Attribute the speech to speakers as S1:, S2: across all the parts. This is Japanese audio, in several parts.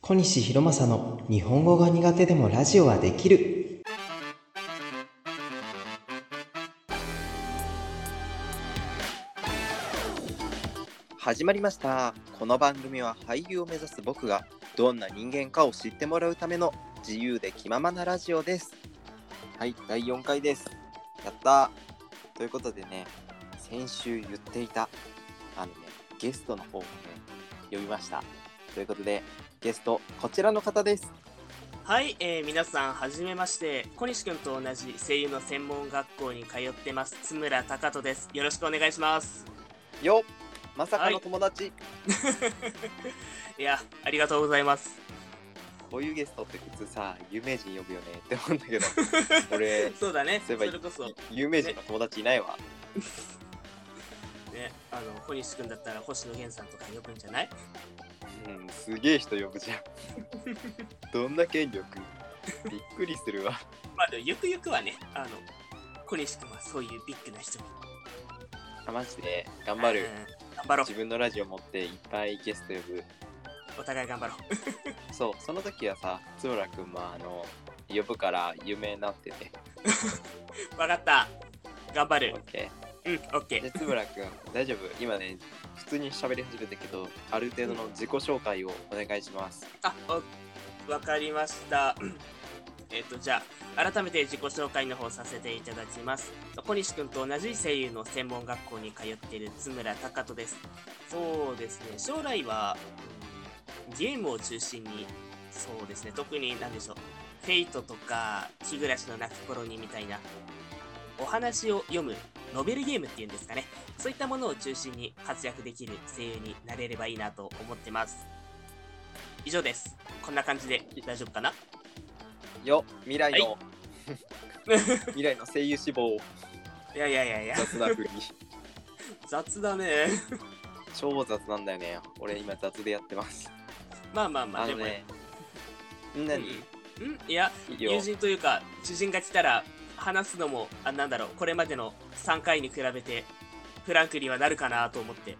S1: 小西博正の日本語が苦手でもラジオはできる始まりましたこの番組は俳優を目指す僕がどんな人間かを知ってもらうための自由で気ままなラジオですはい第4回ですやったーということでね先週言っていたあのねゲストの方をね呼びましたということでゲストこちらの方です
S2: はい、えー皆さんはじめまして小西くんと同じ声優の専門学校に通ってます津村隆人ですよろしくお願いします
S1: よまさか
S2: は
S1: の
S2: い
S1: 友達、
S2: いやありがとうございます
S1: こういうゲストって普通さ有名人呼ぶよねって思うん だけど俺
S2: そうだね
S1: そ
S2: そ
S1: い
S2: う
S1: えば
S2: れこそね
S1: 有名人の友達いないわ
S2: あの小西くんだったら星野源さんとか呼ぶんじゃない
S1: うんすげえ人呼ぶじゃんどんな権力びっくりするわ
S2: まあでもゆくゆくはねあの小西くんはそういうビッグな人に
S1: あマジで頑張る
S2: うん頑張ろ
S1: 自分のラジオ持っていっぱいゲスト呼ぶ
S2: うお互い頑張ろう
S1: そうその時はさ津村君もあの呼ぶから有名になってて
S2: わかった頑張る
S1: OK
S2: うんオッケ
S1: で
S2: ー
S1: 津村君大丈夫今ね普通に喋り始めたけどある程度の自己紹介をお願いします
S2: あおわかりました。 えっと、じゃあ、改めて自己紹介の方させていただきます。小西くんと同じ声優の専門学校に通っている津村隆人です。そうですね、将来は、うんゲームを中心に、そうですね、特に何でしょう、フェイトとか、日暮らしの泣く頃にみたいな、お話を読む、ノベルゲームっていうんですかね、そういったものを中心に活躍できる声優になれればいいなと思ってます。以上です。こんな感じで大丈夫かな
S1: よ未来の、
S2: は
S1: 未来の声優志望を
S2: いやいやいやいや、
S1: 雑な風に
S2: 雑だね。
S1: 超雑なんだよね俺今雑でやってます
S2: まあまあまあ、
S1: あ
S2: で
S1: の
S2: もね
S1: ね。何い
S2: うん、いや、
S1: いよ
S2: 友人というか、知人が来たら、話すのも、あ、なんだろう、これまでの3回に比べて、フランクにはなるかなと思って。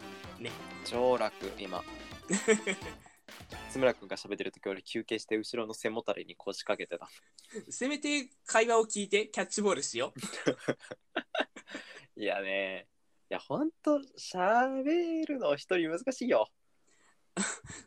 S1: 超楽今津村君が喋ってる時俺休憩して後ろの背もたれに腰掛けてた
S2: せめて会話を聞いて、キャッチボールしよう。
S1: いやねいやほんと喋るの一人難しいよ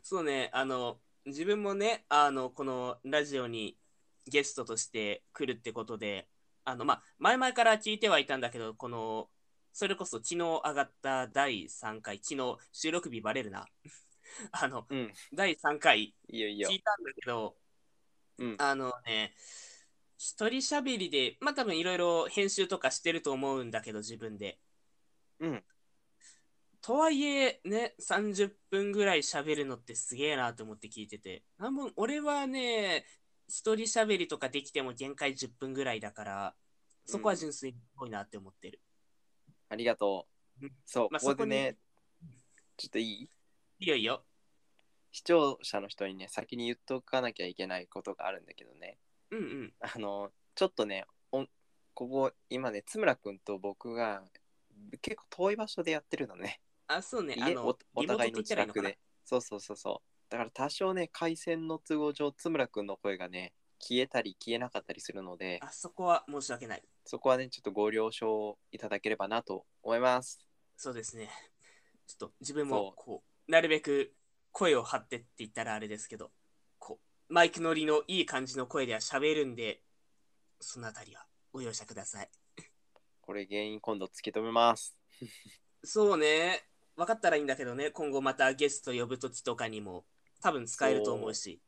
S2: そうね、あの、自分もね、あの、このラジオにゲストとして来るってことで、あの、まあ、前々から聞いてはいたんだけど、この、それこそ昨日上がった第3回、昨日収録日バレるな。 あの、
S1: うん
S2: 第3回
S1: いいよいいよ
S2: 聞いたんだけど、
S1: うん
S2: あのね、一人喋りで、まあ多分いろいろ編集とかしてると思うんだけど、自分で。
S1: うん。
S2: とはいえ、ね、30分ぐらい喋るのってすげえなと思って聞いてて。多分俺はね、一人喋りとかできても限界10分ぐらいだから、そこは純粋にすごいなって思ってる。
S1: ありがとう
S2: うん
S1: そう、
S2: まあ
S1: ここで
S2: そ
S1: ねちょっといい
S2: いいよいいよ。
S1: 視聴者の人にね先に言っとかなきゃいけないことがあるんだけどね
S2: うんうん。
S1: あのちょっとねおんここ今ね津村君と僕が結構遠い場所でやってるのね
S2: あ、そうね。あ
S1: 家
S2: の、
S1: おお
S2: リモートっ
S1: 互
S2: て
S1: いの
S2: 言った
S1: 自
S2: らいいの
S1: 宅
S2: かな
S1: でそうそうそうそうだから多少ね回線の都合上津村君の声がね消えたり消えなかったりするので
S2: あそこは申し訳ない。
S1: そこはねちょっとご了承いただければなと思います
S2: そうですね。ちょっと自分
S1: そう
S2: もこう、なるべく声を張ってって言ったらあれですけど、こう、マイク乗りのいい感じの声では喋るんで、そのあたりはご容赦ください。
S1: これ原因今度突き止めます
S2: そうね。分かったらいいんだけどね、今後またゲスト呼ぶときとかにも多分使えると思うし。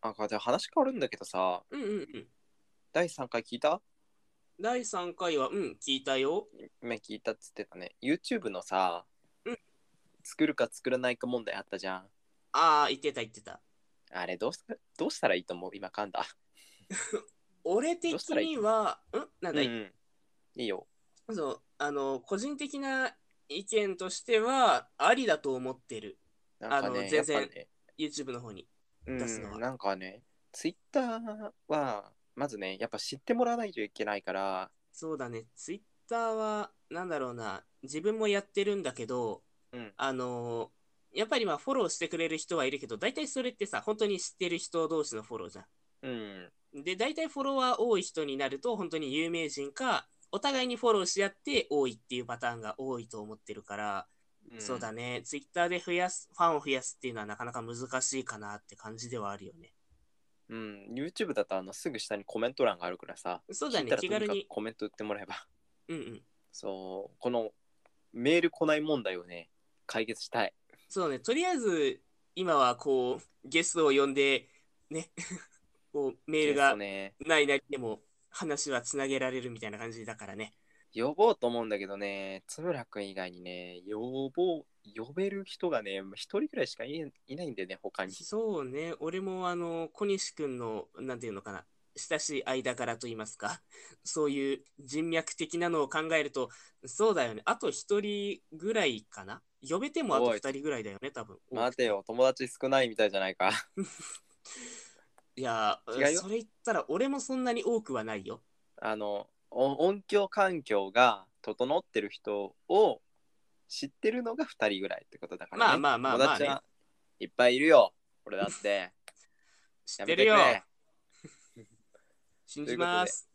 S1: あじゃあ話変わるんだけどさ
S2: うんうんうん。
S1: 第3回聞いた
S2: 第3回は、うん、聞いたよ。
S1: 目聞いたっつってたね YouTube のさ、
S2: うん
S1: 作るか作らないか問題あったじゃん
S2: ああ、言ってた言ってた。
S1: あれどうすどうしたらいいと思う今噛んだ、
S2: 俺的
S1: どうしたらいい
S2: には、うんなんだ、
S1: うんいいよ
S2: そう、あの、個人的な意見としては、ありだと思ってる。
S1: なんかね
S2: あの全然
S1: やっぱね
S2: YouTube の方に。出すのは
S1: うん、なんかね Twitter はまずねやっぱ知ってもらわないといけないから
S2: そうだね、Twitter は、なんだろうな、自分もやってるんだけど、
S1: うん
S2: あの、やっぱりまあフォローしてくれる人はいるけど、大体それってさ、本当に知ってる人同士のフォローじゃ
S1: うん。
S2: ん。で、大体フォロワー多い人になると、本当に有名人か、お互いにフォローし合って多いっていうパターンが多いと思ってるから、
S1: うん
S2: そうだね、ツイッターで増やす、ファンを増やすっていうのはなかなか難しいかなって感じではあるよね。
S1: うん、YouTube だとあのすぐ下にコメント欄があるからさ、
S2: そうだ
S1: 聞い
S2: ね
S1: た、ら
S2: 気
S1: とに
S2: 軽
S1: かく
S2: に。
S1: コメント打ってもらえば。
S2: うんうん。
S1: そう、このメール来ない問題をね、解決したい。
S2: そうね、とりあえず、今はこう、ゲストを呼んで、ね、 こう、メール
S1: ゲス
S2: が
S1: トね、
S2: ないなりでも、話はつなげられるみたいな感じだからね。
S1: 呼ぼうと思うんだけどね、つむらくん以外にね、呼ぼう、呼べる人がね、一人ぐらいしかいいないんだよね、他に。
S2: そうね、俺もあの、小西くんの、なんていうのかな、親しい間柄といいますか、そういう人脈的なのを考えると、そうだよね、あと一人ぐらいかな。呼べてもあと
S1: おい
S2: 二人ぐらいだよね、多分。
S1: 待てよ、友達少ないみたいじゃないか。
S2: いやー、
S1: 違うよ
S2: それ言ったら、俺もそんなに多くはないよ。
S1: あの、お音響環境が整ってる人を知ってるのが2人ぐらいってことだから、ね。
S2: まあまあまあま
S1: 友
S2: あね
S1: 達はいっぱいいるよ、俺だって。
S2: 知
S1: や
S2: って
S1: め
S2: る
S1: く
S2: よ。
S1: れ
S2: 信じます。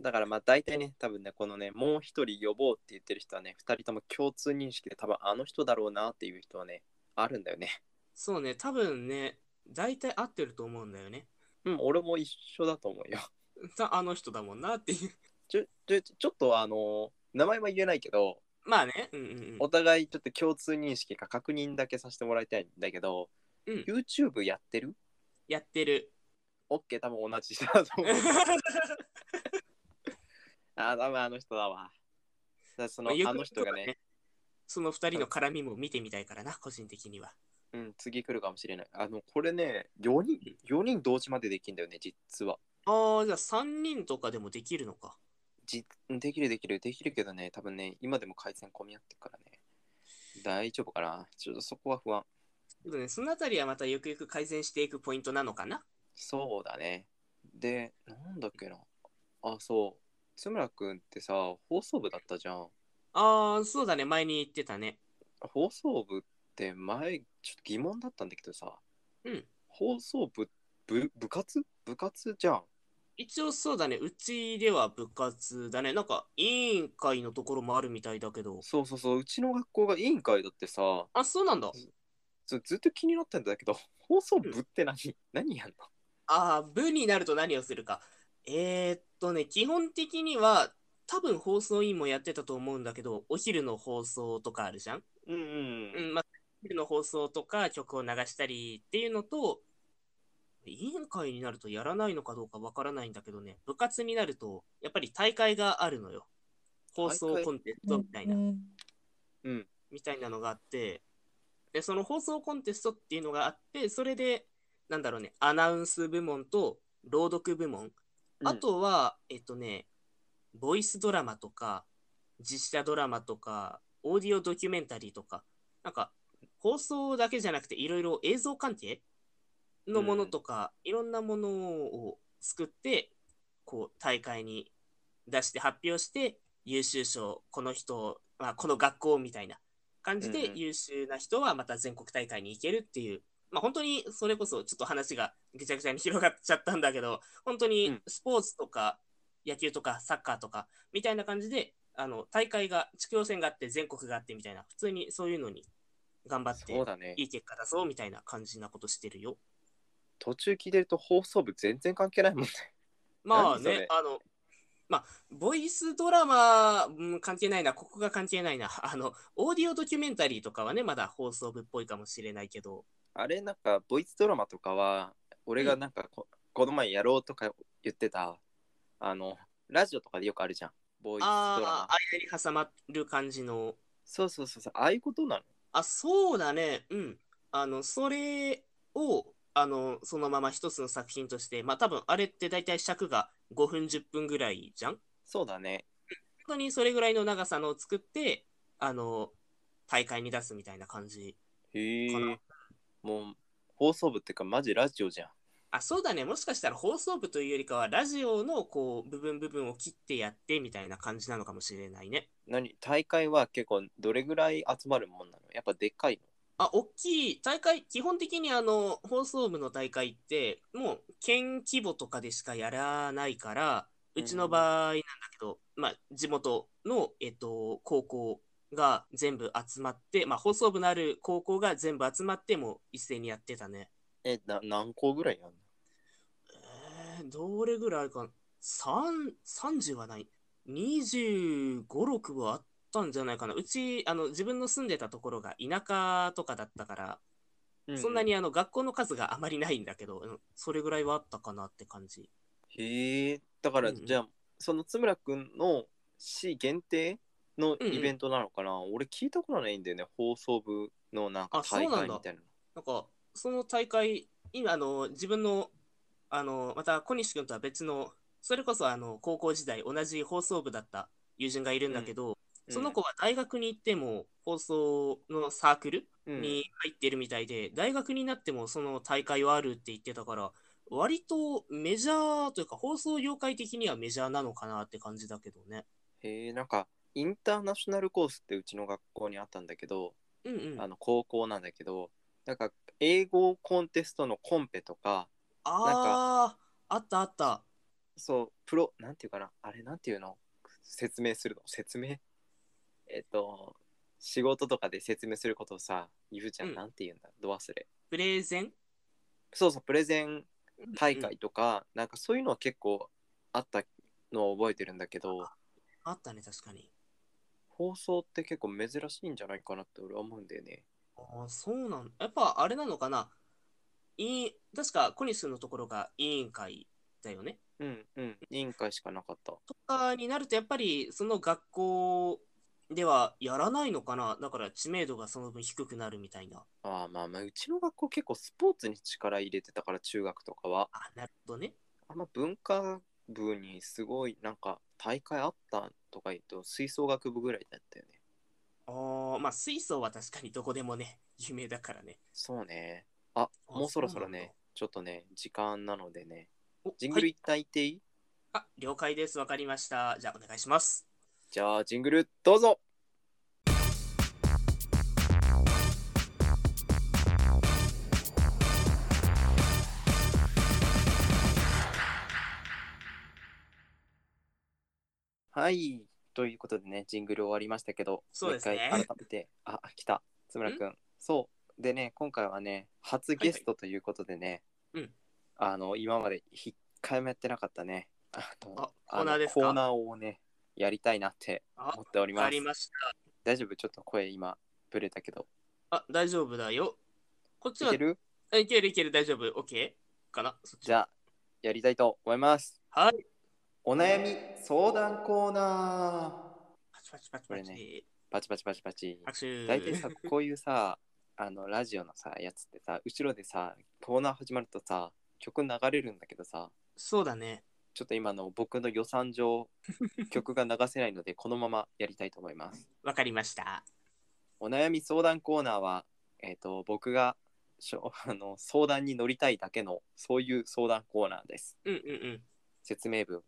S1: だからまあ大体ね、多分ね、このね、もう一人呼ぼうって言ってる人はね、二人とも共通認識で多分あの人だろうなっていう人はね、あるんだよね。
S2: そうね、多分ね、大体合ってると思うんだよね。
S1: うん、俺も一緒だと思うよ。
S2: たあの人だもんなっていう。
S1: ちょ、ちょ、ちょっとあの名前は言えないけど、
S2: まあね、うんうんうん
S1: お。互いちょっと共通認識か確認だけさせてもらいたいんだけど、
S2: うん
S1: YouTube やってる
S2: やってる。
S1: ?OK、多分同じ人だと 思う。あー、多分あの人だわ。だからその、
S2: よく
S1: あの人がね、
S2: その二人の絡みも見てみたいからな、個人的には。
S1: うん、次来るかもしれない。あの、これね、4人、4人同時までできるんだよね、実は。
S2: ああ、じゃあ3人とかでもできるのか。
S1: じできるできるできるけどね多分ね今でも回線混み合ってるからね大丈夫かなちょっとそこは不安
S2: けどね、そのあたりはまたゆくゆく改善していくポイントなのかな。
S1: そうだねでなんだっけなあそう津村くんってさ放送部だったじゃん
S2: ああ、そうだね、前に言ってたね。
S1: 放送部って前ちょっと疑問だったんだけどさ、
S2: うん
S1: 放送部部部活部活じゃん
S2: 一応そうだね、うちでは部活だね。なんか委員会のところもあるみたいだけど。
S1: そうそうそううちの学校が委員会だってさ
S2: あ、そうなんだ。
S1: ずずっと気になってんだけど 放送部って何、何やんの
S2: ああ、部になると何をするか。えー、っとね、基本的には、多分放送委員もやってたと思うんだけど、お昼の放送とかあるじゃん。
S1: うん
S2: う、ん、まあ、お昼の放送とか曲を流したりっていうのと、委員会になるとやらないのかどうかわからないんだけどね、部活になると、やっぱり大会があるのよ。放
S1: 大
S2: 送
S1: 会
S2: コンテストみたいな、
S1: うん、
S2: みたいなのがあって、で、その放送コンテストっていうのがあって、それで、なんだろうね、アナウンス部門と朗読部門、あとは、えっとね、ボイスドラマとか、実写ドラマとか、オーディオドキュメンタリーとか、なんか、放送だけじゃなくて、いろいろ映像関係のものとか、いろんなものを作って、こう、大会に出して発表して、優秀賞、この人、まあ、この学校みたいな感じ
S1: うん
S2: で
S1: う、ん
S2: 優秀な人はまた全国大会に行けるっていう、まあ、本当にそれこそ、ちょっと話がぐちゃぐちゃに広がっちゃったんだけど、本当
S1: う
S2: に
S1: ん
S2: スポーツとか野球とかサッカーとかみたいな感じであの大会が地区予選があって全国があってみたいな普通にそういうのに頑張っ
S1: そう
S2: て
S1: だね
S2: いい結果出そうみたいな感じなことしてるよ。
S1: 途中聞いてると放送部全然関係ないもんね。
S2: まあ
S1: 何そ
S2: ね
S1: れ
S2: あのまあボイスドラマ、うん、関係ないなここが関係ない なあのオーディオドキュメンタリーとかはねまだ放送部っぽいかもしれないけど
S1: あれなんかボイスドラマとかは俺がなんかこ,、この前やろうとか言ってたあのラジオとかでよくあるじゃんボイスドラ
S2: あ
S1: マ
S2: あ間に挟まる感じの
S1: そうそうそうそうああいうことなの
S2: あ、そうだね。うん。あの、それを、あの、そのまま一つの作品として、まあ多分あれって大体尺が5分、10分ぐらいじゃん本
S1: そうだね
S2: 当にそれぐらいの長さのを作って、あの、大会に出すみたいな感じ。
S1: へ
S2: か
S1: え
S2: な
S1: もう放送部っていうかマジラジオじゃん
S2: あ、そうだね。もしかしたら放送部というよりかは、ラジオのこう、部分部分を切ってやってみたいな感じなのかもしれないね。
S1: 何大会は結構どれぐらい集まるもんなのやっぱでかい
S2: あ、大きい大会、基本的にあの、放送部の大会って、もう、県規模とかでしかやらないから、うちの場合なんだけど、まあ、地元の、えっと、高校が全部集まって、まあ、放送部のある高校が全部集まっても一斉にやってたね。
S1: え、な何校ぐらいやんの
S2: えー、どれぐらいあるかな ?3、30はない。25、6はあったんじゃないかな。うち、あの、自分の住んでたところが田舎とかだったから、うん、そんなにあの学校の数があまりないんだけど、それぐらいはあったかなって感じ。
S1: へえ、だから、じゃあ、うん、その津村君の市限定のイベントなのかな、うんうん、俺聞いたことないんだよね放送部のなんか大会みたいな
S2: なんかその大会今あの自分のあのまた小西君とは別のそれこそあの高校時代同じ放送部だった友人がいるんだけど、うんうん、その子は大学に行っても放送のサークルに入ってるみたいで、うん、大学になってもその大会はあるって言ってたから割とメジャーというか放送業界的にはメジャーなのかなって感じだけどね。
S1: へえなんかインターナショナルコースってうちの学校にあったんだけど、
S2: うんうん、
S1: あの高校なんだけどなんか英語コンテストのコンペとか
S2: ああったあった
S1: そうプロなんていうかなあれなんていうの説明するの説明えっと仕事とかで説明することをさゆうちゃん、うん、なんて言うんだど忘れ
S2: プレゼン
S1: そうそうプレゼン大会とか、うんうん、なんかそういうのは結構あったのを覚えてるんだけど
S2: あったね確かに
S1: 放送って結構珍しいんじゃないかなって俺は思うんだよね。
S2: ああ、そうなんやっぱあれなのかな。い確か小西のところが委員会だよね。
S1: うんうん、委員会しかなかった。と
S2: かになるとやっぱりその学校ではやらないのかな。だから知名度がその分低くなるみたいな。
S1: ああまあまあ、うちの学校結構スポーツに力入れてたから中学とかは。
S2: あなるほどね。
S1: あんま文化部にすごいなんか大会あったとか言うと吹奏楽部ぐらいだったよね。
S2: ああ、まあ吹奏は確かにどこでもね、有名だからね。
S1: そうね。あ、もうそろそろね、ちょっとね、時間なのでね。ジングル一旦いっていい、
S2: はい、あ、了解です。わかりました。じゃあお願いします。
S1: じゃあジングルどうぞはい。ということでね、ジングル終わりましたけど、
S2: そうですね。
S1: 改めて、あ、来た、津村くん。そう。でね、今回はね、初ゲストということでね、
S2: はいはい、
S1: あの、今まで一回もやってなかったね、あ
S2: のコーナーです
S1: コーナーをね、やりたいなって思っております。あ
S2: りました。
S1: 大丈夫ちょっと声今、ぶれたけど。
S2: あ、大丈夫だよ。こっちは。
S1: いける
S2: いけるいける、大丈夫。OK? かな
S1: じゃあ、やりたいと思います。
S2: はい。
S1: お悩み相談コーナ
S2: ー。パチパチパチパチ。ね、
S1: パチパチパチパチ。
S2: パチ
S1: 大体さ、こういうさ、 あのラジオのさ、やつってさ、後ろでさ、コーナー始まるとさ、曲流れるんだけどさ。
S2: そうだね。
S1: ちょっと今の僕の予算上、曲が流せないので、このままやりたいと思います。
S2: わかりました。
S1: お悩み相談コーナーは、えっ、ー、と、僕がしょ あの相談に乗りたいだけの、そういう相談コーナーです。
S2: うんうんうん。
S1: 説明文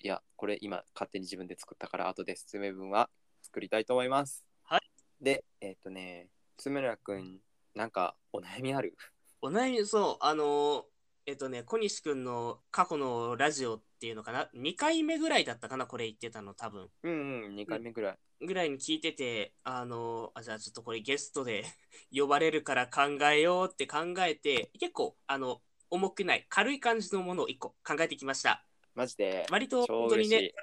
S1: いや、これ今勝手に自分で作ったから、後で説明文は作りたいと思います。
S2: はい。
S1: で、えっ、ー、とね、津村くん、なんかお悩みある
S2: お悩み、そう、あの、えっ、ー、とね、小西くんの過去のラジオっていうのかな、2回目ぐらいだったかな、これ言ってたの、多分。
S1: うんうん、2回目ぐらい。
S2: ぐらいに聞いてて、あの、あじゃあちょっとこれゲストで 呼ばれるから考えようって考えて、結構、あの、重くない、軽い感じのものを1個考えてきました。
S1: マジで。
S2: 割と本当にね、こ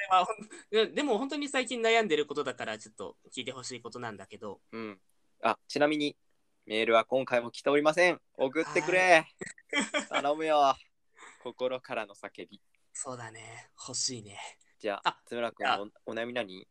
S2: れは、 でも本当に最近悩んでることだから、ちょっと聞いてほしいことなんだけど。
S1: うん。あ、ちなみに、メールは今回も来ておりません。送ってくれ。頼む よ。心からの叫び。
S2: そうだね。欲しいね。
S1: じゃあ、あ津村君お、お悩み何、
S2: はい、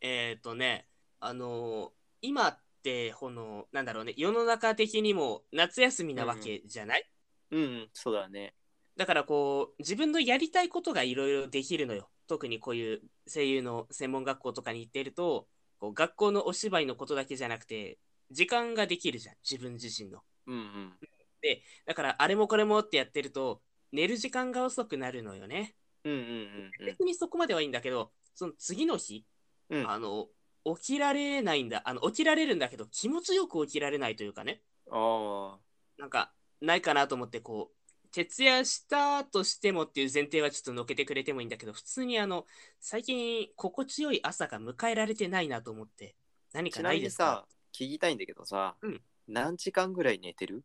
S2: えっ、ー、とね、あのー、今って、この、なんだろうね、世の中的にも夏休みなわけじゃない、
S1: うん、うん、うん、そうだね。
S2: だからこう自分のやりたいことがいろいろできるのよ。特にこういう声優の専門学校とかに行ってるとこう学校のお芝居のことだけじゃなくて時間ができるじゃん自分自身の。
S1: うんうん、
S2: でだからあれもこれもってやってると寝る時間が遅くなるのよね。
S1: うんうんうんうん、
S2: 別にそこまではいいんだけどその次の日、
S1: うん、
S2: あの起きられないんだ。あの、起きられるんだけど、気持ちよく起きられないというかね。
S1: あ
S2: なんか、ないかなと思って、こう、徹夜したとしてもっていう前提はちょっとのけてくれてもいいんだけど、普通にあの、最近、心地よい朝が迎えられてないなと思って、何
S1: ち
S2: か
S1: な
S2: な
S1: み
S2: い
S1: に
S2: ですか
S1: さ聞きたいんだけどさ、
S2: うん
S1: 何時間ぐらい寝てる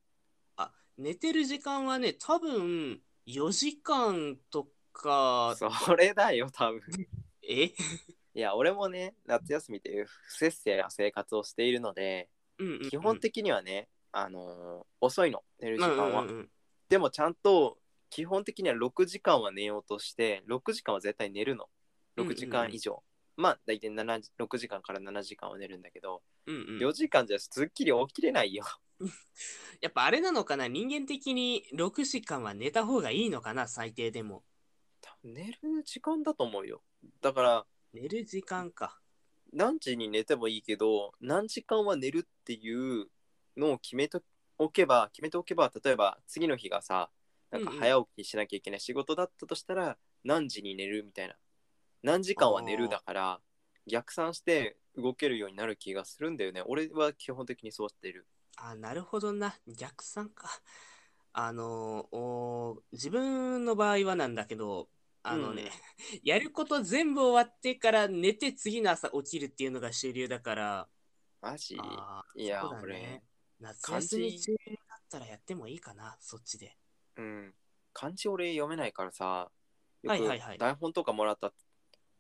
S2: 寝てる時間はね、多分、4時間とか、
S1: それだよ多分
S2: え
S1: いや俺もね夏休みという不摂生な生活をしているので
S2: うんうんうん
S1: 基本的にはね、あのー遅いの寝る時間は、
S2: うんうんうん
S1: でもちゃんと基本的には6時間は寝ようとして6時間は絶対寝るの6時間以上、まあ大体7 6時間から7時間は寝るんだけど、
S2: うんうん
S1: 4時間じゃすっきり起きれないよ
S2: やっぱあれなのかな人間的に6時間は寝た方がいいのかな最低でも。
S1: 多分寝る時間だと思うよだから
S2: 寝る時間か。
S1: 何時に寝てもいいけど何時間は寝るっていうのを決めておけば決めておけば例えば次の日がさなんか
S2: うんうん
S1: 早起きしなきゃいけない仕事だったとしたら、何時に寝るみたいな何時間は寝るだから逆算して動けるようになる気がするんだよね俺は基本的にそうしてる
S2: あ、なるほどな。逆算か。あのお自分の場合はなんだけど、あのね、やること全部終わってから寝て次の朝起きるっていうのが主流だから、
S1: マジ
S2: あー
S1: いや
S2: そうだね
S1: 俺、
S2: 夏休み中だったらやってもいいかな、そっちで。
S1: うん漢字俺読めないからさよ
S2: はいはいは
S1: く
S2: い
S1: 台本とかもらった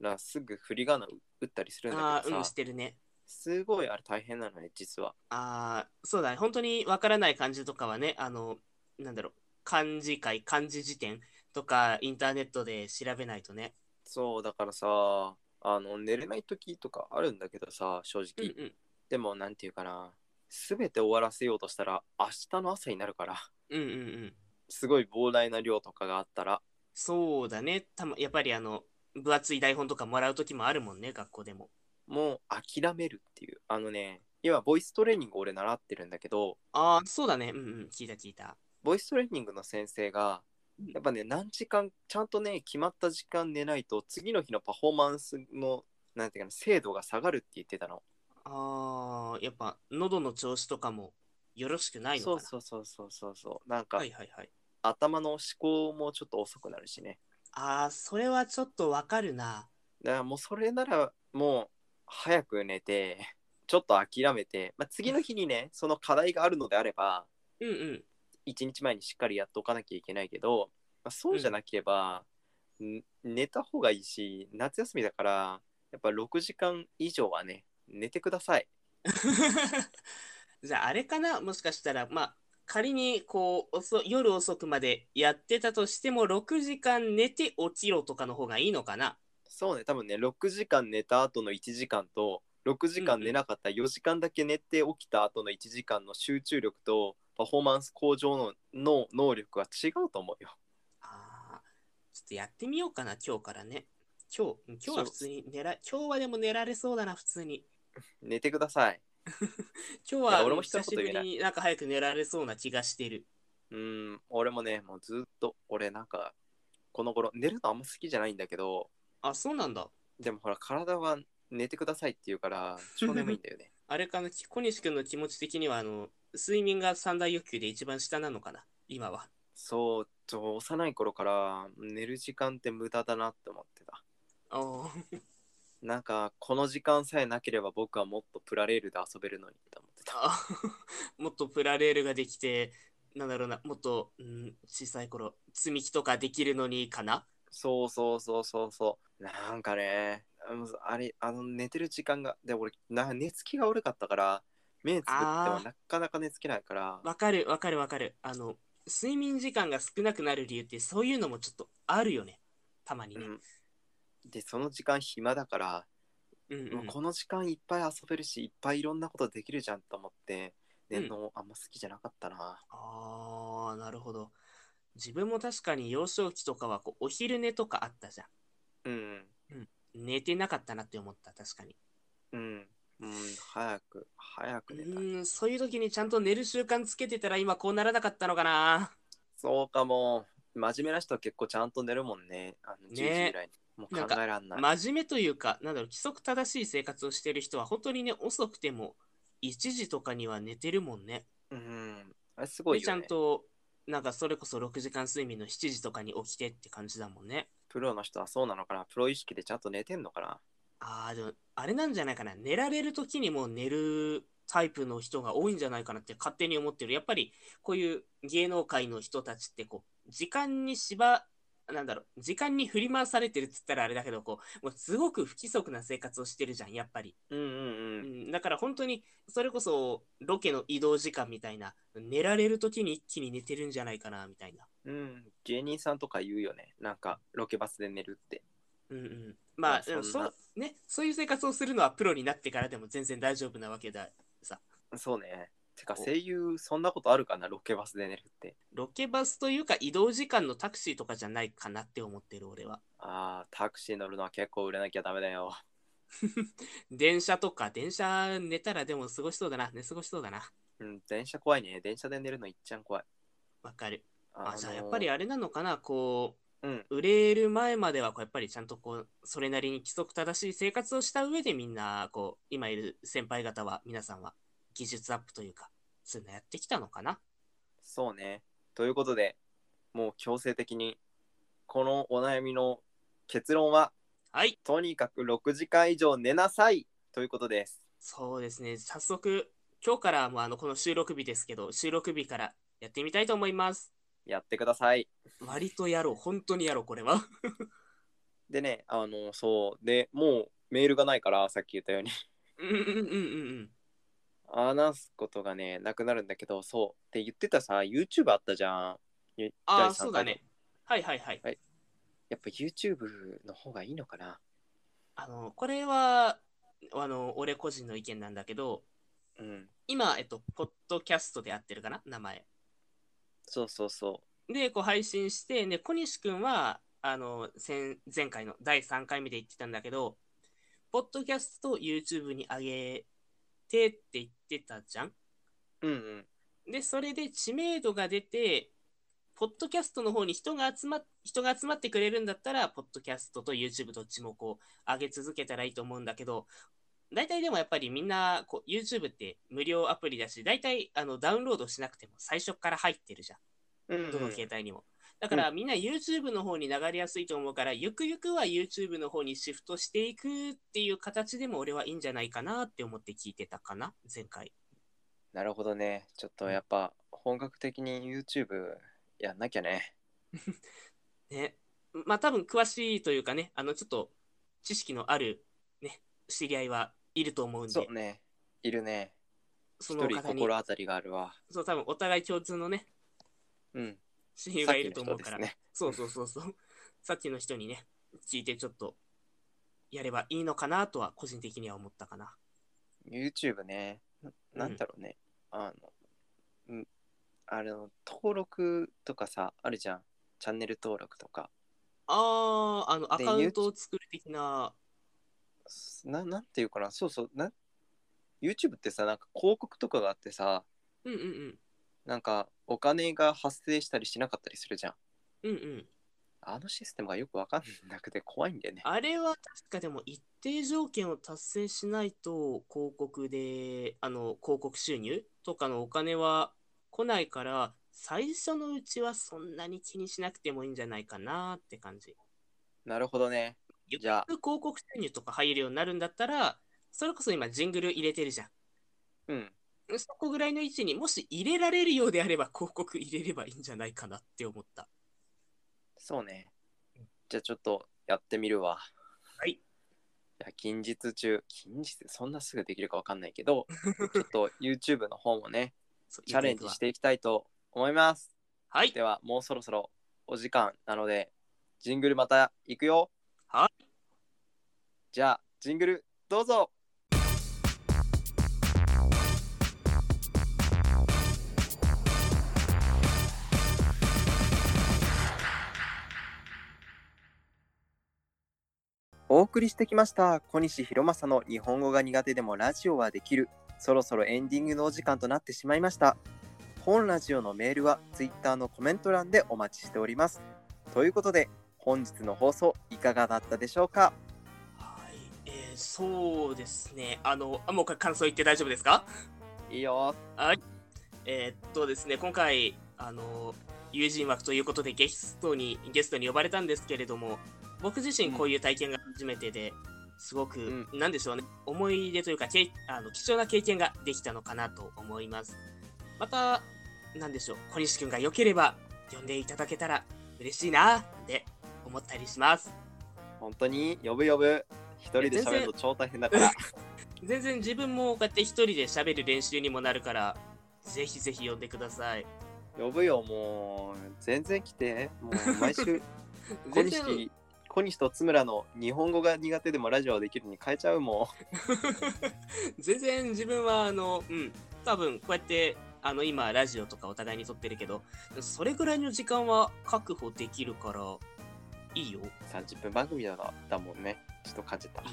S1: らすぐ振り仮名打ったりするんだ
S2: あ
S1: けど
S2: あ、
S1: さ、
S2: うん、してるね。
S1: すごいあれ大変なのね実は
S2: ああ、そうだね。本当にわからない漢字とかはね、あの、なんだろう、漢字界、漢字辞典とか、インターネットで調べないとね。
S1: そうだからさあの寝れない時とかあるんだけどさ正
S2: うん
S1: 直、
S2: うん。
S1: でもなんていうかな全て終わらせようとしたら明日の朝になるから
S2: うんうんうん。
S1: すごい膨大な量とかがあったら
S2: そうだね。たま、やっぱりあの、分厚い台本とかもらう時もあるもんね、学校でも。
S1: もう諦めるっていうあのね今ボイストレーニング俺習ってるんだけど
S2: ああ、そうだね。うんうん。聞いた聞いた。
S1: ボイストレーニングの先生がやっぱね何時間ちゃんとね決まった時間寝ないと次の日のパフォーマンスのなんていうかな精度が下がるって言ってたの
S2: ああ、やっぱ、喉の調子とかもよろしくないのか
S1: そ
S2: な。
S1: うそうそうそうそうそうなんか、
S2: はいはいはい。
S1: 頭の思考もちょっと遅くなるしね
S2: ああ、それはちょっとわかるな。
S1: だからもうそれならもう早く寝てちょっと諦めて、まあ、次の日にねその課題があるのであれば
S2: うんうん。
S1: 1日前にしっかりやっておかなきゃいけないけど、まあ、そうじゃなければ、ん寝た方がいいし夏休みだからやっぱ6時間以上はね寝てください
S2: じゃああれかなもしかしたらまあ仮にこう遅夜遅くまでやってたとしても6時間寝て起きろとかの方がいいのかな
S1: そうね多分ね6時間寝た後の1時間と6時間寝なかった4時間だけ寝て起きた後の1時間の集中力とパフォーマンス向上のの能力は違うと思うよ。
S2: あーちょっとやってみようかな今日からね今日今日は普通に寝ら今日はでも寝られそうだな普通に
S1: 寝てください。
S2: 今日
S1: い
S2: は
S1: や俺も一言
S2: 久しぶり
S1: 言
S2: になんか早く寝られそうな気がしてる
S1: うん俺もねもうずっと俺なんかこの頃寝るのあんま好きじゃないんだけど
S2: あそうなんだ
S1: でもほら体は寝てくださいって言うから超眠いんだよね。
S2: あれかな小西君の気持ち的にはあの睡眠が三大欲求で一番下なのかな今は
S1: そうそう幼い頃から寝る時間って無駄だなって思ってた。
S2: おー
S1: なんかこの時間さえなければ僕はもっとプラレールで遊べるのにって思ってた。
S2: あもっとプラレールができて、なんだろうな、もっと、うん、小さい頃、積み木とかできるのにかな
S1: そうそうそうそうそう。なんかね、うんあれ、あの寝てる時間が、で俺な、寝つきが悪かったから、目つぶって
S2: あ
S1: も
S2: ー
S1: なかなか寝つけないから、
S2: わかるわかるわかる。あの、睡眠時間が少なくなる理由ってそういうのもちょっとあるよね。たまに
S1: う
S2: ね。
S1: ん、で、その時間暇だから、
S2: うん、うん、
S1: もうこの時間いっぱい遊べるし、いっぱいいろんなことできるじゃんと思って、寝るのあんま好きじゃなかったな。
S2: ああ、なるほど。自分も確かに幼少期とかはこうお昼寝とかあったじゃん。
S1: うん、
S2: 寝てなかったなって思った、確かに。
S1: うん、うん、早く、早く
S2: う
S1: 寝たい。
S2: ーん、そういう時にちゃんと寝る習慣つけてたら今こうならなかったのかな。
S1: そうかも。真面目な人は結構ちゃんと寝るもんね。あの10時ぐ
S2: ね
S1: らいに。もう考えらんない。
S2: 真面目というか、なんだろう、規則正しい生活をしてる人は、本当にね、遅くても1時とかには寝てるもんね。
S1: うん。あれすごい
S2: でちゃ
S1: よ
S2: ん
S1: ね。
S2: と、なんかそれこそ6時間睡眠の7時とかに起きてって感じだもんね。
S1: プロの人はそうなのかな。プロ意識でちゃんと寝てんのかな。
S2: ああ、でも、あれなんじゃないかな。寝られる時にもう寝るタイプの人が多いんじゃないかなって勝手に思ってる。やっぱり、こういう芸能界の人たちって、こう、時間に縛、なんだろう、時間に振り回されてるっつったらあれだけど、こう、もうすごく不規則な生活をしてるじゃん、やっぱり。
S1: うんうん
S2: う
S1: うん。
S2: ん、だから本当に、それこそ、ロケの移動時間みたいな、寝られる時に一気に寝てるんじゃないかな、みたいな。
S1: うん、芸人さんとか言うよね。なんか、ロケバスで寝るって。
S2: うんうん、まあ、
S1: まあ
S2: でも
S1: そん
S2: そ
S1: な
S2: うね、そういう生活をするのはプロになってからでも全然大丈夫なわけださ。
S1: そうね。てか、
S2: お
S1: 声優、そんなことあるかなロケバスで寝るって。
S2: ロケバスというか移動時間のタクシーとかじゃないかなって思ってる俺は。
S1: ああ、タクシー乗るのは結構売れなきゃダメだよ。
S2: 電車とか、電車寝たらでも過ごしそうだな、寝過ごしそうだな。
S1: うん、電車怖いね。電車で寝るのいっちゃん怖い。
S2: わかる。
S1: あ
S2: あ、
S1: のー
S2: じゃあやっぱりあれなのかな、こ
S1: うん、
S2: う、売れる前まではこうやっぱりちゃんとこう、それなりに規則正しい生活をした上でみんな、こう、今いる先輩方は、皆さんは技術アップというか、そういうのやってきたのかな。
S1: そうね。ということで、もう強制的に、このお悩みの結論は、
S2: はい。
S1: とにかく6時間以上寝なさいということです。
S2: そうですね、早速、今日からもうあのこの収録日ですけど、収録日からやってみたいと思います。
S1: やってください。
S2: 割とやろう、本当にやろう、これは。
S1: でね、あの、そう。で、もうメールがないから、さっき言ったように。
S2: うんうんうんうん
S1: 話すことがねなくなるんだけどそうって言ってたさ YouTube あったじゃんゆ
S2: あ
S1: 第
S2: あ、
S1: 三回
S2: そうだね。はいはいはい。
S1: やっぱ YouTube の方がいいのかな
S2: あの、これは、あの、俺個人の意見なんだけど、
S1: うん
S2: 今、えっと、ポッドキャストでやってるかな、名前。
S1: そうそうそ
S2: で、こう配信して、で、小西くんは、あの、先前回の第3回目で言ってたんだけど、ポッドキャストを YouTube に上げてって言ってたじゃん
S1: ううんうん
S2: で、それで知名度が出て、ポッドキャストの方に人が集まっ人が集まってくれるんだったら、ポッドキャストと YouTube どっちもこう上げ続けたらいいと思うんだけど、大体でもやっぱりみんなこう YouTube って無料アプリだし、大体あのダウンロードしなくても最初から入ってるじゃ
S1: うんうん
S2: ん、どの携帯にも。だからみんな YouTube の方に流れやすいと思うから、ゆくゆくは YouTube の方にシフトしていくっていう形でも俺はいいんじゃないかなって思って聞いてたかな、前回。
S1: なるほどねちょっとやっぱ本格的に YouTube やんなきゃね
S2: ね、まあ多分詳しいというかね、あのちょっと知識のある、ね、知り合いはいると思うんで、
S1: そうねいるね
S2: そ
S1: 一
S2: の
S1: 人
S2: 方に
S1: 心、当たりがあるわ
S2: そう多分お互い共通のね、
S1: うん
S2: 親友がいると思うか
S1: さ
S2: ら、
S1: っきの人ですね
S2: そうそうそうそう、さっきの人にね、聞いてちょっとやればいいのかなとは個人的には思ったかな。
S1: YouTube ねななんだろうね、あのうんあの登録とかさあるじゃんチャンネル登録とか
S2: あー、あのア
S1: で
S2: カウントを作る的な、
S1: ななんていうかなそうそうな YouTube ってさなんか広告とかがあってさ
S2: うんうんうん、
S1: なんかお金が発生したりしなかったりするじゃん
S2: うんうん。
S1: あのシステムがよくわかんなくて怖いんだよね
S2: あれは確かでも一定条件を達成しないと広告で、あの、広告収入とかのお金は来ないから、最初のうちはそんなに気にしなくてもいいんじゃないかなって感じ。
S1: なるほどねじゃあ
S2: 広告収入とか入るようになるんだったら、それこそ今ジングル入れてるじゃ
S1: うん
S2: ん。そこぐらいの位置にもし入れられるようであれば広告入れればいいんじゃないかなって思った。
S1: そうねじゃあちょっとやってみるわ
S2: はい
S1: じゃあ近日中近日そんなすぐできるかわかんないけ どちょっと YouTube の方もね
S2: そう
S1: チャレンジし。ていきたいと思います
S2: はい
S1: で。はもうそろそろお時間なのでジングルまた行くよ
S2: はい
S1: じゃあジングルどうぞお送りしてきました小西弘正の日本語が苦手でもラジオはできるそろそろエンディングのお時間となってしまいました本ラジオのメールは Twitter のコメント欄でお待ちしております。ということで本日の放送いかがだったでしょうか
S2: はい、えー、そうですね。あの、あもうこれ感想言って大丈夫ですか
S1: いいよ
S2: えーっとですね、今回、あの、友人枠ということでゲストに、ゲストに呼ばれたんですけれども、僕自身こういう体験が初めてで、すごく、なんでしょうね、思い出というか、けいあの貴重な経験ができたのかなと思います。また、なんでしょう、小西くんが良ければ、呼んでいただけたら嬉しいな、って思ったりします。
S1: 本当に呼ぶ呼ぶ一人で喋ると超大変だから
S2: 全然自分もこうやって一人で喋る練習にもなるから、ぜひぜひ呼んでください。
S1: 呼ぶよもう全然来てもう毎 週小
S2: 全然
S1: 西小西と津村の日本語が苦手でもラジオはできるに変えちゃうも
S2: 全然自分はあのうん多分こうやってあの今ラジオとかお互いに撮ってるけどそれぐらいの時間は確保できるからいいよ
S1: う30分番組だなだもんねちょっと感じた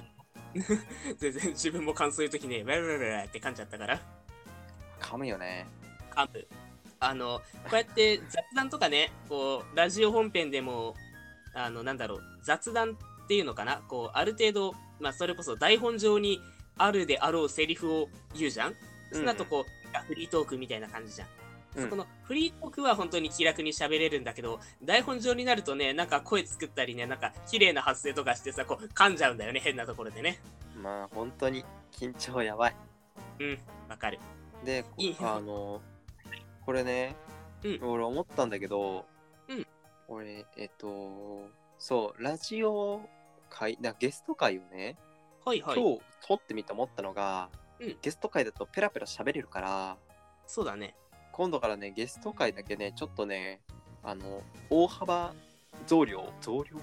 S2: 全然自分も感想言う時ねウェラウェラウェラって噛んじゃったから
S1: 噛むよね
S2: 噛むあのこうやって雑談とかねこうラジオ本編でもあのなんだろう雑談っていうのかなこうある程度、まあ、それこそ台本上にあるであろうセリフを言うじゃんその後こう、フリートークみたいな感じじゃん
S1: うん
S2: そこのフリートークは本当に気楽に喋れるんだけど、台本上になるとね、なんか声作ったりね、なんか綺麗な発声とかしてさ、こう噛んじゃうんだよね、変なところでね。
S1: まあ本当に緊張やばい
S2: うん、わかる。
S1: で
S2: いい
S1: あのこれね、
S2: うん
S1: 俺思ったんだけど、
S2: うん
S1: 俺えっとそうラジオ会なゲスト会をね、
S2: はいはい。
S1: 今日撮ってみて思ったのが、
S2: うん
S1: ゲスト会だとペラペラ喋れるから
S2: そうだね。
S1: 今度からねゲスト会だけねちょっとねあの大幅増量増量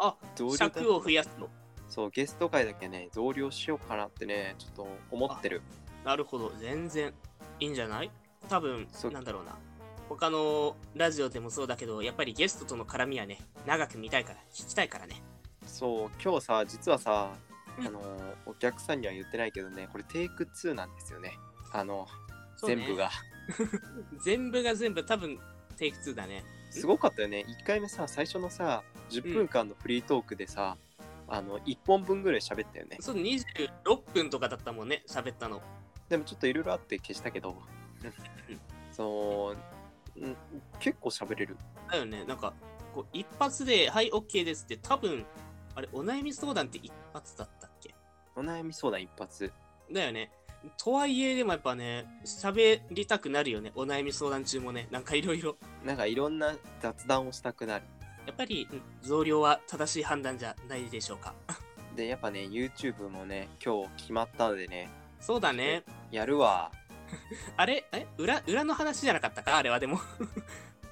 S2: あ、
S1: 増量だ
S2: 尺を増やすの。
S1: そうゲスト会だけね増量しようかなってねちょっと思ってる
S2: なるほど、全然いいんじゃない多分
S1: そう、
S2: なんだろうな。他のラジオでもそうだけど、やっぱりゲストとの絡みはね、長く見たいから、聞きたいからね。
S1: そう今日さ実はさ、
S2: うん
S1: あのお客さんには言ってないけどねこれテイク2なんですよねあの
S2: そうね
S1: 全部。が
S2: 全部が全部、多分テイク2だね。
S1: すごかったよね1回目さ最初のさ10分間のフリートークでさ、あの1本分ぐらい喋ったよね
S2: そう、26分とかだったもんね、喋ったの。
S1: でもちょっといろいろあって消したけどそうん結構喋れる
S2: だよね、なんか、こう一発で、はい、OK ですって、多分あれ、お悩み相談って一発だったっけ
S1: お悩み相談一発
S2: だよね。とはいえ、でもやっぱね、喋りたくなるよね、お悩み相談中もね、なんかいろいろ。
S1: なんかいろんな雑談をしたくなる
S2: やっぱり、うん増量は正しい判断じゃないでしょうか。
S1: でやっぱね YouTube もね今日決まったのでね
S2: そうだね。
S1: やるわ
S2: あれ、え裏、裏の話じゃなかったかあれはで も。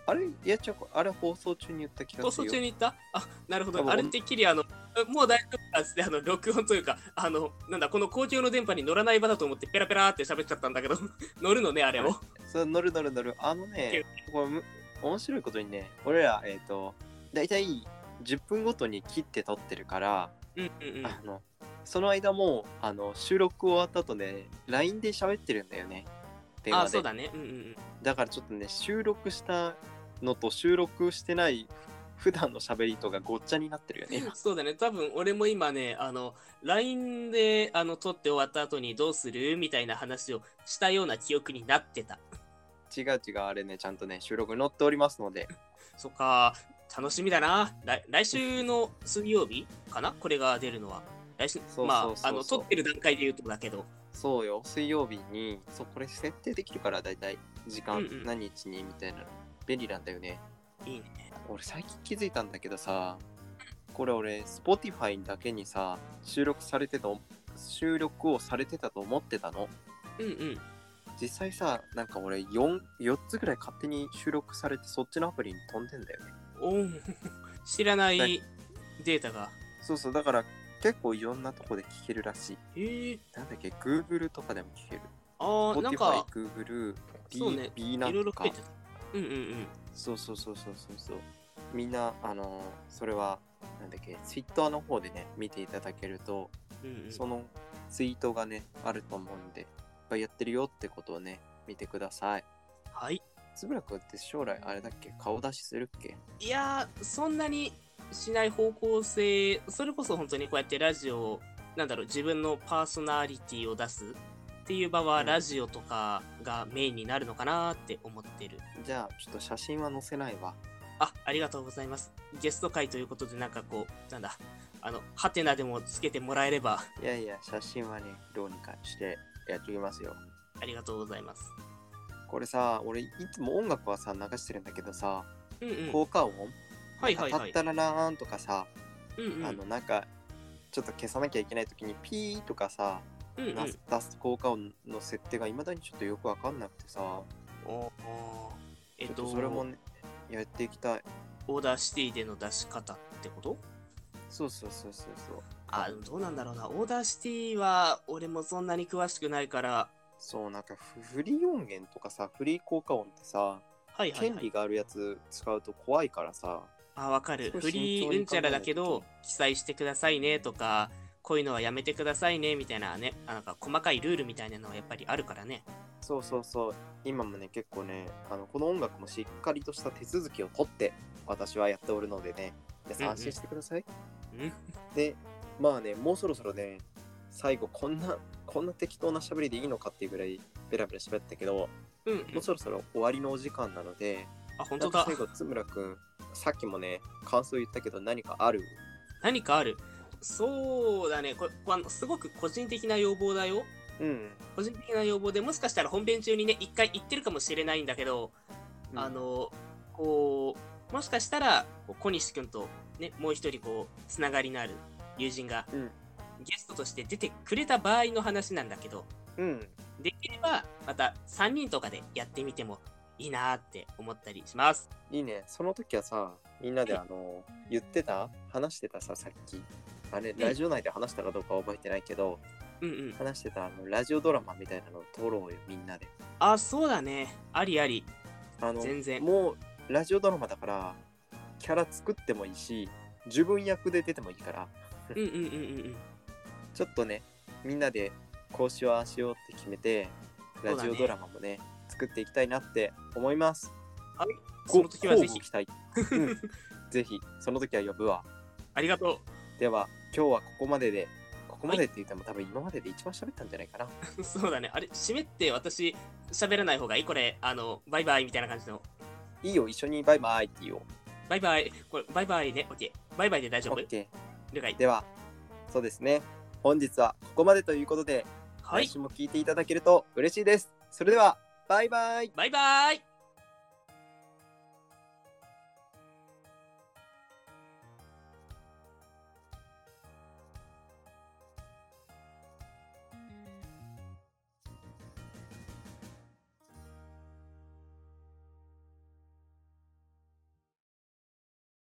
S1: あれいやちょあれ放送中に言った気がするよ
S2: 放送中に行ったあ、なるほ
S1: 多
S2: ど。
S1: 分
S2: あれてっきり、あの、もう大丈夫だっつって、あの、録音というか、あの、なんだ、この公共の電波に乗らない場だと思って、ペラペラーって喋っちゃったんだけど、 乗るのね、あれも。
S1: そう乗る乗る乗るあのねこれむ面白いことにね俺らえっ、と大体10分ごとに切って撮ってるから、
S2: うんうんうん。
S1: あのその間もあの収録終わった後ね LINE で喋ってるんだよね電話で
S2: あそうだねうんうんうん
S1: だからちょっとね収録したのと収録してない普段の喋りとがごっちゃになってるよね今
S2: そうだね多分俺も今ねあの LINE であの撮って終わった後にどうするみたいな話をしたような記憶になってた
S1: 違う違うあれねちゃんとね収録に載っておりますので
S2: そっか楽しみだな来来週の水曜日かなこれが出るのは来週
S1: そう
S2: ま
S1: そうそうそ
S2: あ
S1: う
S2: あの撮ってる段階で言うとだけど
S1: そうよ水曜日にそうこれ設定できるから大体時間、
S2: うんうん
S1: 何日にみたいなの便利なんだよね
S2: いいね
S1: 俺最近気づいたんだけどさこれ俺 Spotify だけにさ収録されてた収録をされてたと思ってたの
S2: うんうん
S1: 実際さなんか俺 4, 4つぐらい勝手に収録されてそっちのアプリに飛んでんだよね
S2: おん 知らな
S1: はい
S2: いデータが
S1: そうそうだから結構いろんなとこで聞けるらしい
S2: へえ
S1: なんだっけ Google とかでも聞ける
S2: ああなんか
S1: Spotify、Google、B,
S2: そうね
S1: B
S2: い
S1: な
S2: ろ
S1: ん
S2: いろ
S1: と
S2: 増
S1: か
S2: えてたうんうんうん
S1: そうそうそうそうそうそうみんなあのそれはなんだっけツイッターの方でね見ていただけると
S2: うんうん
S1: そのツイートがね、あると思うんで、いっぱいやってるよってことをね、見てください。
S2: はい。
S1: つぶらくんって将来あれだっけ顔出しするっけ
S2: いやー、そんなにしない方向性、それこそ本当にこうやってラジオを、なんだろう、自分のパーソナリティを出すっていう場は、
S1: うん
S2: ラジオとかがメインになるのかなーって思ってる。
S1: じゃあちょっと写真は載せないわ
S2: あ、ありがとうございます。ゲスト会ということで、なんかこう、なんだ、あの、ハテナでもつけてもらえれば、
S1: いやいや写真はねどうにかしてやっておきますよ
S2: ありがとうございます。
S1: これさ俺いつも音楽はさ流してるんだけどさ、
S2: うんうん。
S1: 効果音
S2: はいはい
S1: タ
S2: はい
S1: ッ。タララーンとかさ、
S2: うんうん。
S1: あのなんかちょっと消さなきゃいけない時にピーとかさ、
S2: うんうん
S1: 出す出す効果音の設定がいまだにちょっとよくわかんなくてさ
S2: おーおーえっ
S1: ちょっ
S2: と、
S1: とそれも、ね、やっていきたい
S2: オーダーシティでの出し方ってこと
S1: そうそうそうそうそう
S2: あ、でもどうなんだろうな。オーダーシティは、俺もそんなに詳しくないから、
S1: そうなんかフフリー音源とかさフリー効果音ってさ
S2: はいはい
S1: 権
S2: は
S1: 利
S2: い。
S1: があるやつ使うと怖いからさ
S2: あ、わかる。
S1: 少し
S2: フリ
S1: 慎重に考えないと
S2: ーうんちゃらだけど、記載してくださいねとか、こういうのはやめてくださいねみたいなね、あなんか細かいルールみたいなのはやっぱりあるからね。
S1: そうそうそう今もね結構ねあのこの音楽もしっかりとした手続きを取って私はやっておるのでね皆さん
S2: うんうん
S1: 安心してください、
S2: うん。
S1: でまあねもうそろそろね最後こんなこんな適当なしゃべりでいいのかっていうぐらいベラベラ喋ったけど
S2: うん、う
S1: も
S2: ん
S1: う。そろそろ終わりのお時間なので
S2: あ、本
S1: な
S2: 当
S1: んか
S2: だ
S1: 最。後津村くんさっきもね感想言ったけど何かある
S2: 何かあるそうだね。これ、こあのすごく個人的な要望だよ。
S1: うん、
S2: 個人的な要望でもしかしたら本編中にね一回言ってるかもしれないんだけど、
S1: うん
S2: あのこうもしかしたらこう小西君とねもう一人こうつながりのある友人が、
S1: うん
S2: ゲストとして出てくれた場合の話なんだけど
S1: うん
S2: できればまた3人とかでやってみてもいいなーって思ったりします
S1: いいねその時はさみんなであの言ってた話してたささっきあれ
S2: ん
S1: ラジオ内で話したかどうかは覚えてないけど、
S2: うんうん
S1: 話してたあのラジオドラマみたいなのを撮ろうよみんなで
S2: あそうだねありあり
S1: あの
S2: 全然
S1: もうラジオドラマだからキャラ作ってもいいし自分役で出てもいいから
S2: うんうんうんうん
S1: ちょっとねみんなでこうしようああしようって決めて
S2: だ
S1: ラ
S2: ね
S1: ジオドラマもね作っていきたいなって思います
S2: はいその時はぜ
S1: ご
S2: ひ
S1: 乞うご期待、うん、 ぜひその時は呼ぶわ
S2: ありがと
S1: では今日はここまででここまでって言っても多分今までで一番喋ったんじゃないかな
S2: う そうだねあれ締めって私喋らない方がいいこれあのバイバイみたいな感じの
S1: いいよ一緒にバイバイって言おう
S2: バイバイ。これ、バイバイね。オッケー。バイバイで大丈夫
S1: OK
S2: 了解。
S1: ではそうですね本日はここまでということで
S2: はい
S1: 来。週も聞いていただけると嬉しいですそれではバイバイ
S2: バイバイ。